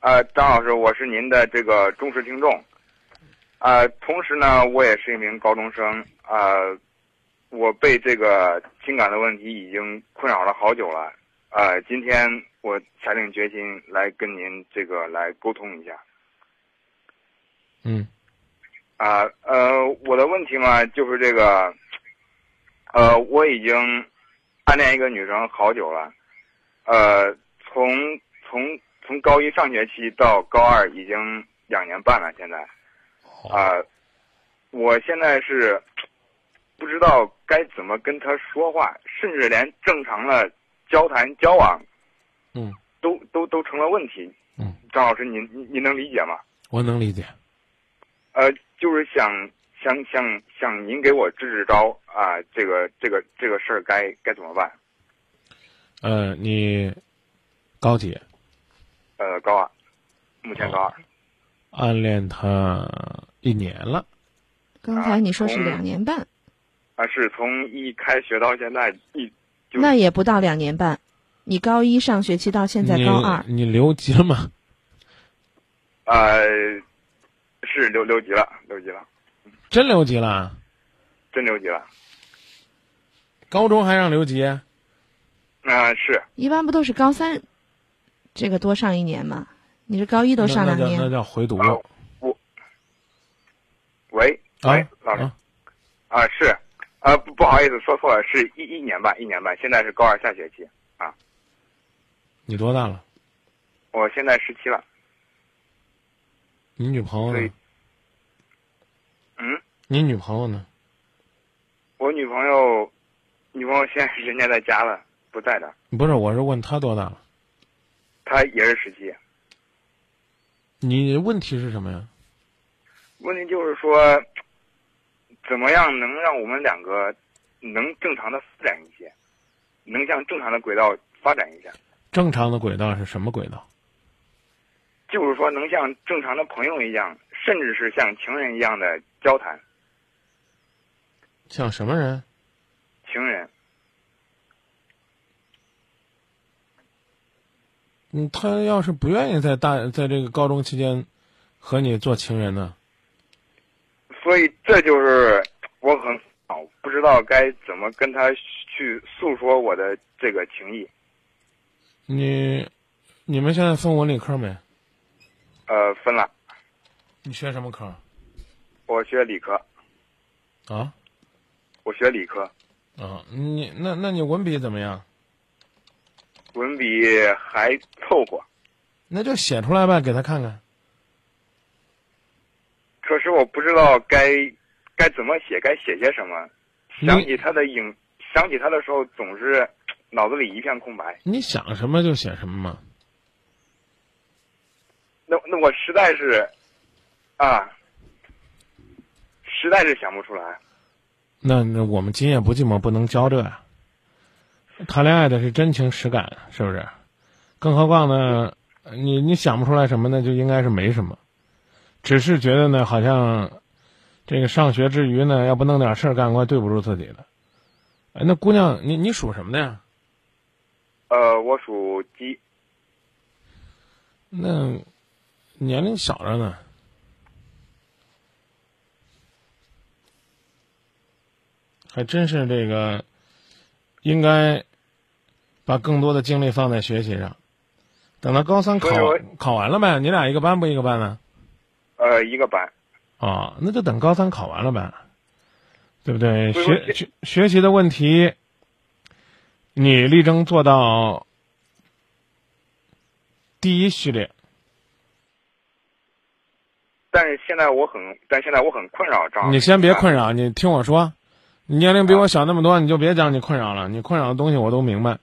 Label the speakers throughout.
Speaker 1: 呃，张老师，我是您的这个忠实听众，呃，同时呢，我也是一名高中生，呃，我被这个情感的问题已经困扰了好久了，呃，今天我下定决心来跟您这个来沟通一下，
Speaker 2: 嗯
Speaker 1: 啊、呃，我的问题嘛，就是这个，呃，我已经暗恋一个女生好久了，呃，从从从高一上学期到高二已经两年半了，现在，啊、我现在是不知道该怎么跟她说话，甚至连正常的交谈交往
Speaker 2: 嗯
Speaker 1: 都都都成了问题。
Speaker 2: 嗯，
Speaker 1: 张老师，您您您能理解吗？
Speaker 2: 我能理解。
Speaker 1: 呃，就是想想想想您给我支支招啊、这个这个这个事儿该该怎么办？
Speaker 2: 呃，你高几？
Speaker 1: 呃，高二，目前高啊二，
Speaker 2: 暗恋他一年了，
Speaker 1: 啊
Speaker 3: 刚才你说是
Speaker 1: 从
Speaker 3: 两年半，
Speaker 2: 哦
Speaker 1: 啊、是从一开学到现在一就
Speaker 3: 那也不到两年半。你高一上学期到现在高二，
Speaker 2: 你你留级了吗？
Speaker 1: 呃是留留级了，留级了，
Speaker 2: 真留级了？
Speaker 1: 真留级了。
Speaker 2: 高中还让留级？
Speaker 1: 啊、是
Speaker 3: 一般不都是高三这个多上一年吗？你是高一都上
Speaker 2: 那
Speaker 3: 两
Speaker 2: 那叫那
Speaker 3: 年，
Speaker 2: 叫回读
Speaker 1: 啊
Speaker 2: 了
Speaker 1: 喂
Speaker 2: 啊
Speaker 1: 喂，老师
Speaker 2: 啊！
Speaker 1: 啊、是，呃不不好意思说错了，是一一年半一年半，现在是高二下学期，
Speaker 2: 你多大了？
Speaker 1: 我现在十七了，
Speaker 2: 你女朋友呢
Speaker 1: 对？嗯，
Speaker 2: 你女朋友呢？
Speaker 1: 我女朋友女朋友现在人家在家了，不在这儿，
Speaker 2: 不是，我是问他多大了。
Speaker 1: 她也是十七。
Speaker 2: 你问题是什么呀？
Speaker 1: 问题就是说，怎么样能让我们两个能正常的发展一些，能向正常的轨道发展一下？
Speaker 2: 正常的轨道是什么轨道？
Speaker 1: 就是说，能像正常的朋友一样，甚至是像情人一样的交谈。
Speaker 2: 像什么人？
Speaker 1: 情人，
Speaker 2: 嗯，他要是不愿意在大在这个高中期间和你做情人呢，
Speaker 1: 所以这就是我很啊不知道该怎么跟他去诉说我的这个情谊。
Speaker 2: 你你们现在分文理科没？
Speaker 1: 呃，分了，
Speaker 2: 你学什么科
Speaker 1: 我学理科，
Speaker 2: 啊？
Speaker 1: 我学理科，
Speaker 2: 啊，你那那你文笔怎么样？
Speaker 1: 文笔还凑合，
Speaker 2: 那就写出来呗，给他看看。
Speaker 1: 可是我不知道该该怎么写，该写些什么。想起他的影，想起他的时候，总是脑子里一片空白。
Speaker 2: 你想什么就写什么嘛。
Speaker 1: 那那我实在是，啊，实在是想不出来。
Speaker 2: 那那我们今夜不寂寞不能教这呀。谈恋爱的是真情实感，是不是？更何况呢，你你想不出来什么呢，就应该是没什么，只是觉得呢，好像这个上学之余呢，要不弄点事儿干，怪对不住自己的。哎，那姑娘，你你属什么的呀？
Speaker 1: 呃，我属鸡，
Speaker 2: 那年龄小着呢。还真是这个，应该把更多的精力放在学习上。等到高三考
Speaker 1: 所以我
Speaker 2: 考完了呗，你俩一个班不一个班呢？
Speaker 1: 呃，一个班。
Speaker 2: 啊，那就等高三考完了呗，对不对？
Speaker 1: 所以说
Speaker 2: 学学学习的问题，你力争做到第一序列，
Speaker 1: 但是现在我很，但现在我很困扰，张老师。啊
Speaker 2: 你先别困扰，你听我说，你年龄比我小那么多，你就别讲你困扰了。你困扰的东西我都明白。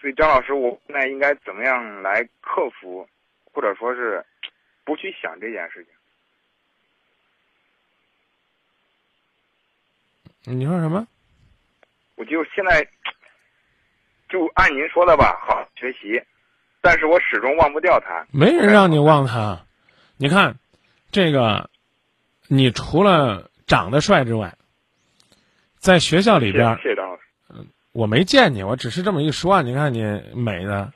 Speaker 1: 所以张老师，我现在应该怎么样来克服，或者说是不去想这件事情？
Speaker 2: 你说什么？
Speaker 1: 我就现在就按您说的吧，好好学习，但是我始终忘不掉他。
Speaker 2: 没人让你忘他。你看，这个，你除了长得帅之外，在学校里
Speaker 1: 谢
Speaker 2: 边
Speaker 1: 谢
Speaker 2: 儿
Speaker 1: 谢谢张老师。
Speaker 2: 啊我没见你，我只是这么一说。你看你美的，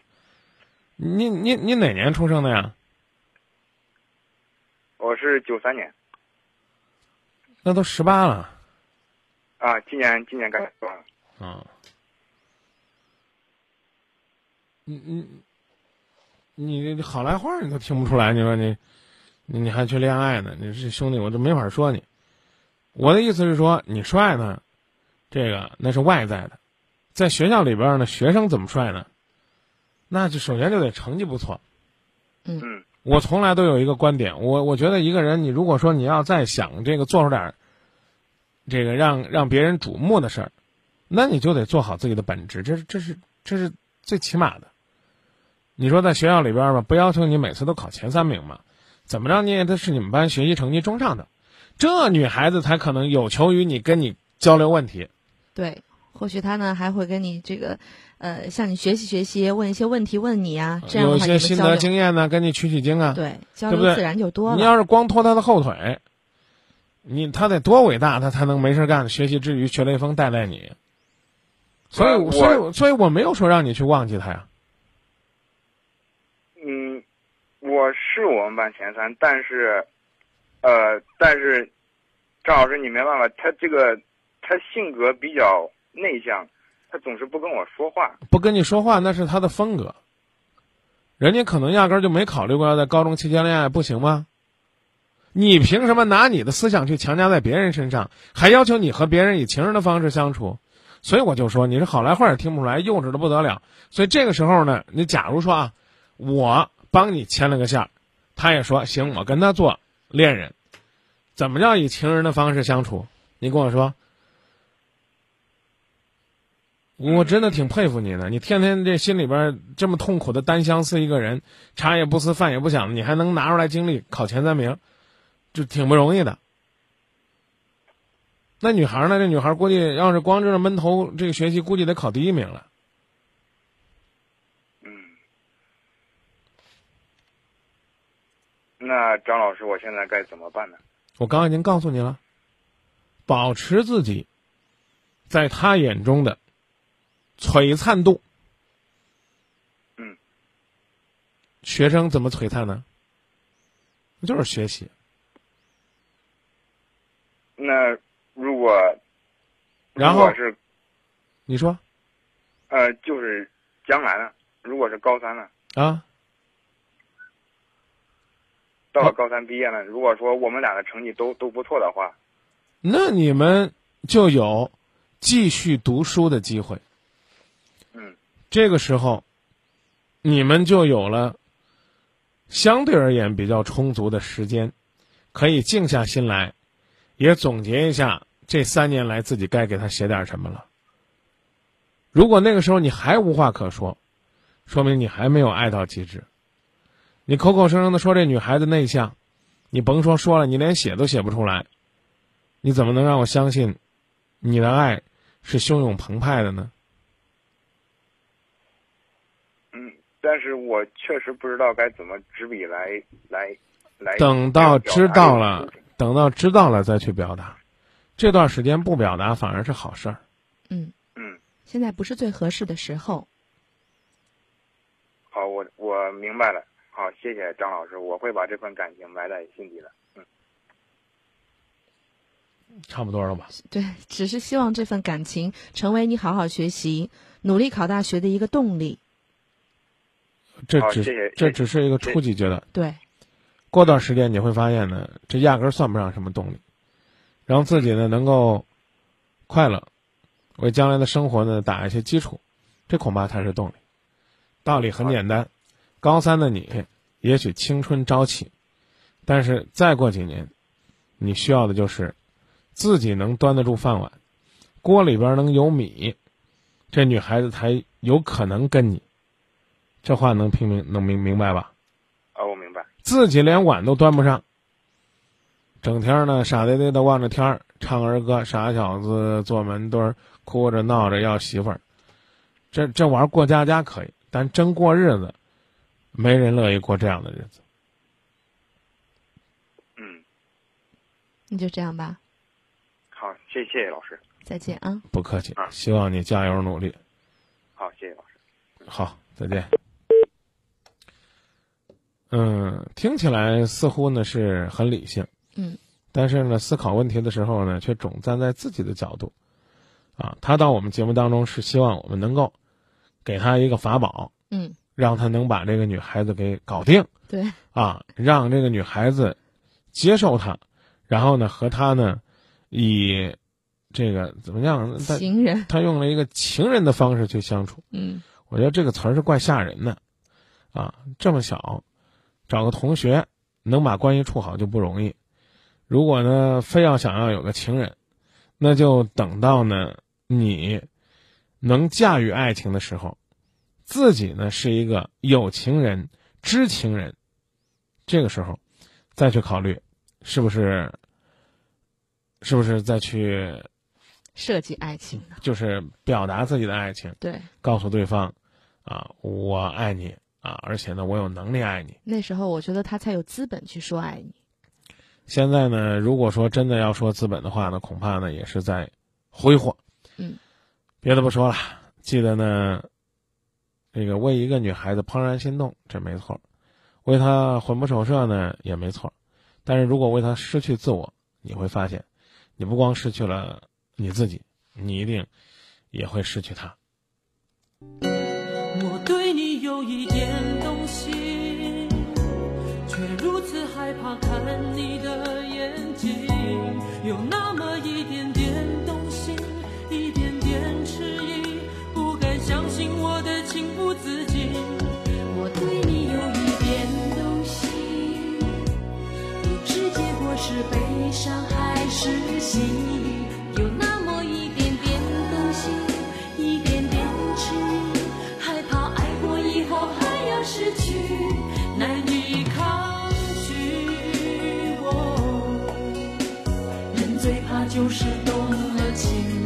Speaker 2: 你你你哪年出生的呀？
Speaker 1: 我是九三年
Speaker 2: 那都十八了，
Speaker 1: 啊，今年今年干什么？
Speaker 2: 啊。你你你你好赖话你都听不出来，你说你你你还去恋爱呢？你是兄弟，我就没法说你。我的意思是说，你帅呢，这个那是外在的，在学校里边呢，学生怎么帅呢？那就首先就得成绩不错。
Speaker 1: 嗯
Speaker 2: 我从来都有一个观点，我我觉得一个人，你如果说你要再想这个做出点儿这个让让别人瞩目的事儿，那你就得做好自己的本职，这是这是这是最起码的。你说在学校里边儿吧，不要求你每次都考前三名嘛，怎么着你也得是你们班学习成绩中上的，这女孩子才可能有求于你跟你交流问题。
Speaker 3: 对，或许他呢还会跟你这个，呃，向你学习学习，问一些问题问你啊，这样
Speaker 2: 有
Speaker 3: 的
Speaker 2: 一
Speaker 3: 话你
Speaker 2: 些
Speaker 3: 们
Speaker 2: 心
Speaker 3: 交
Speaker 2: 得
Speaker 3: 流
Speaker 2: 经验呢，跟你取取经啊。
Speaker 3: 对交
Speaker 2: 对不对
Speaker 3: 流自然就多
Speaker 2: 你
Speaker 3: 了。
Speaker 2: 要是光拖他的后腿，你他得多伟大，他才能没事干，学习之余学雷锋带带你。所以，
Speaker 1: 呃我
Speaker 2: 所以，所以我没有说让你去忘记他呀。
Speaker 1: 嗯，我是我们班前三，但是，呃，但是张老师你没办法，他这个他性格比较内向，他总是不跟我说话。
Speaker 2: 不跟你说话那是他的风格，人家可能压根儿就没考虑过要在高中期间恋爱，不行吗？你凭什么拿你的思想去强加在别人身上，还要求你和别人以情人的方式相处？所以我就说，你是好来坏也听不出来，幼稚的不得了。所以这个时候呢，你假如说啊，我帮你牵了个线儿，他也说行，我跟他做恋人，怎么叫以情人的方式相处？你跟我说，我真的挺佩服你的，你天天这心里边儿这么痛苦的单相思一个人，茶也不思饭也不想，你还能拿出来精力考前三名，就挺不容易的。那女孩儿呢？这女孩儿估计要是光知道闷头这个学习，估计得考第一名了。
Speaker 1: 嗯，那张老师，我现在该怎么办呢？
Speaker 2: 我刚刚已经告诉你了，保持自己在他眼中的璀璨度。
Speaker 1: 嗯，
Speaker 2: 学生怎么璀璨呢？就是学习。
Speaker 1: 那如果
Speaker 2: 然
Speaker 1: 如
Speaker 2: 后
Speaker 1: 果是
Speaker 2: 你说
Speaker 1: 呃，就是将来呢？如果是高三呢？
Speaker 2: 啊，
Speaker 1: 到
Speaker 2: 好
Speaker 1: 了高三毕业呢？如果说我们俩的成绩都都不错的话，
Speaker 2: 那你们就有继续读书的机会。
Speaker 1: 嗯
Speaker 2: 这个时候，你们就有了相对而言比较充足的时间，可以静下心来，也总结一下这三年来自己该给他写点什么了。如果那个时候你还无话可说，说明你还没有爱到极致。你口口声声的说这女孩子内向，你甭说说了，你连写都写不出来，你怎么能让我相信你的爱是汹涌澎湃的呢？
Speaker 1: 嗯，但是我确实不知道该怎么执笔来来来。
Speaker 2: 等到知道
Speaker 1: 来表达这
Speaker 2: 了
Speaker 1: 个事情，
Speaker 2: 等到知道了再去表达，这段时间不表达反而是好事儿。
Speaker 3: 嗯，
Speaker 1: 嗯，
Speaker 3: 现在不是最合适的时候。
Speaker 1: 好，我我明白了。好，谢谢张老师，我会把这份感情埋在心底的。嗯
Speaker 2: 差不多了吧？
Speaker 3: 对，只是希望这份感情成为你好好学习、努力考大学的一个动力。
Speaker 2: 这
Speaker 1: 好
Speaker 2: 只
Speaker 1: 谢谢
Speaker 2: 这
Speaker 1: 谢
Speaker 2: 只是一个初级阶段，
Speaker 3: 对，
Speaker 2: 过段时间你会发现呢，这压根儿算不上什么动力，让自己呢能够快乐，为将来的生活呢打一些基础，这恐怕才是动力。道理很简单，高三的你也许青春朝气，但是再过几年，你需要的就是自己能端得住饭碗，锅里边能有米，这女孩子才有可能跟你。这话能听明能明明白吧？
Speaker 1: 啊，我明白。
Speaker 2: 自己连碗都端不上，整天儿呢傻呆呆的望着天儿唱儿歌，傻小子坐门墩儿，哭着闹着要媳妇儿。这这玩意儿过家家可以，但真过日子，没人乐意过这样的日子。
Speaker 1: 嗯，
Speaker 3: 那就这样吧，
Speaker 1: 好，谢谢谢老师。
Speaker 3: 再见啊。
Speaker 2: 不客气
Speaker 1: 啊，
Speaker 2: 希望你加油努力。
Speaker 1: 好，谢谢老师。
Speaker 2: 好，再见。嗯，听起来似乎呢是很理性，
Speaker 3: 嗯，
Speaker 2: 但是呢，思考问题的时候呢，却总站在自己的角度，啊，他到我们节目当中是希望我们能够给他一个法宝，
Speaker 3: 嗯，
Speaker 2: 让他能把这个女孩子给搞定
Speaker 3: 对，
Speaker 2: 啊，让这个女孩子接受他，然后呢和他呢以这个怎么样？他
Speaker 3: 情人，
Speaker 2: 他用了一个情人的方式去相处，
Speaker 3: 嗯
Speaker 2: 我觉得这个词儿是怪吓人的，啊，这么小，找个同学能把关系处好就不容易。如果呢，非要想要有个情人，那就等到呢你能驾驭爱情的时候，自己呢是一个有情人、知情人，这个时候再去考虑是不是是不是再去
Speaker 3: 设计爱情的，
Speaker 2: 就是表达自己的爱情。
Speaker 3: 对，
Speaker 2: 告诉对方，啊，我爱你啊，而且呢，我有能力爱你。
Speaker 3: 那时候我觉得他才有资本去说爱你，
Speaker 2: 现在呢，如果说真的要说资本的话呢，恐怕呢也是在挥霍。
Speaker 3: 嗯，
Speaker 2: 别的不说了，记得呢，这个为一个女孩子怦然心动，这没错；为她魂不守舍呢，也没错。但是如果为她失去自我，你会发现，你不光失去了你自己，你一定也会失去她。
Speaker 4: 我对你有一点动心，却如此害怕看你的眼睛，有那么一点点动心，一点点迟疑，不敢相信我的情不自禁。我对你有一点动心，不知结果是悲伤还是喜，有那么一点点动心，一点点痴意，害怕爱过以后还要失去，难以抗拒。哦人最怕就是动了情。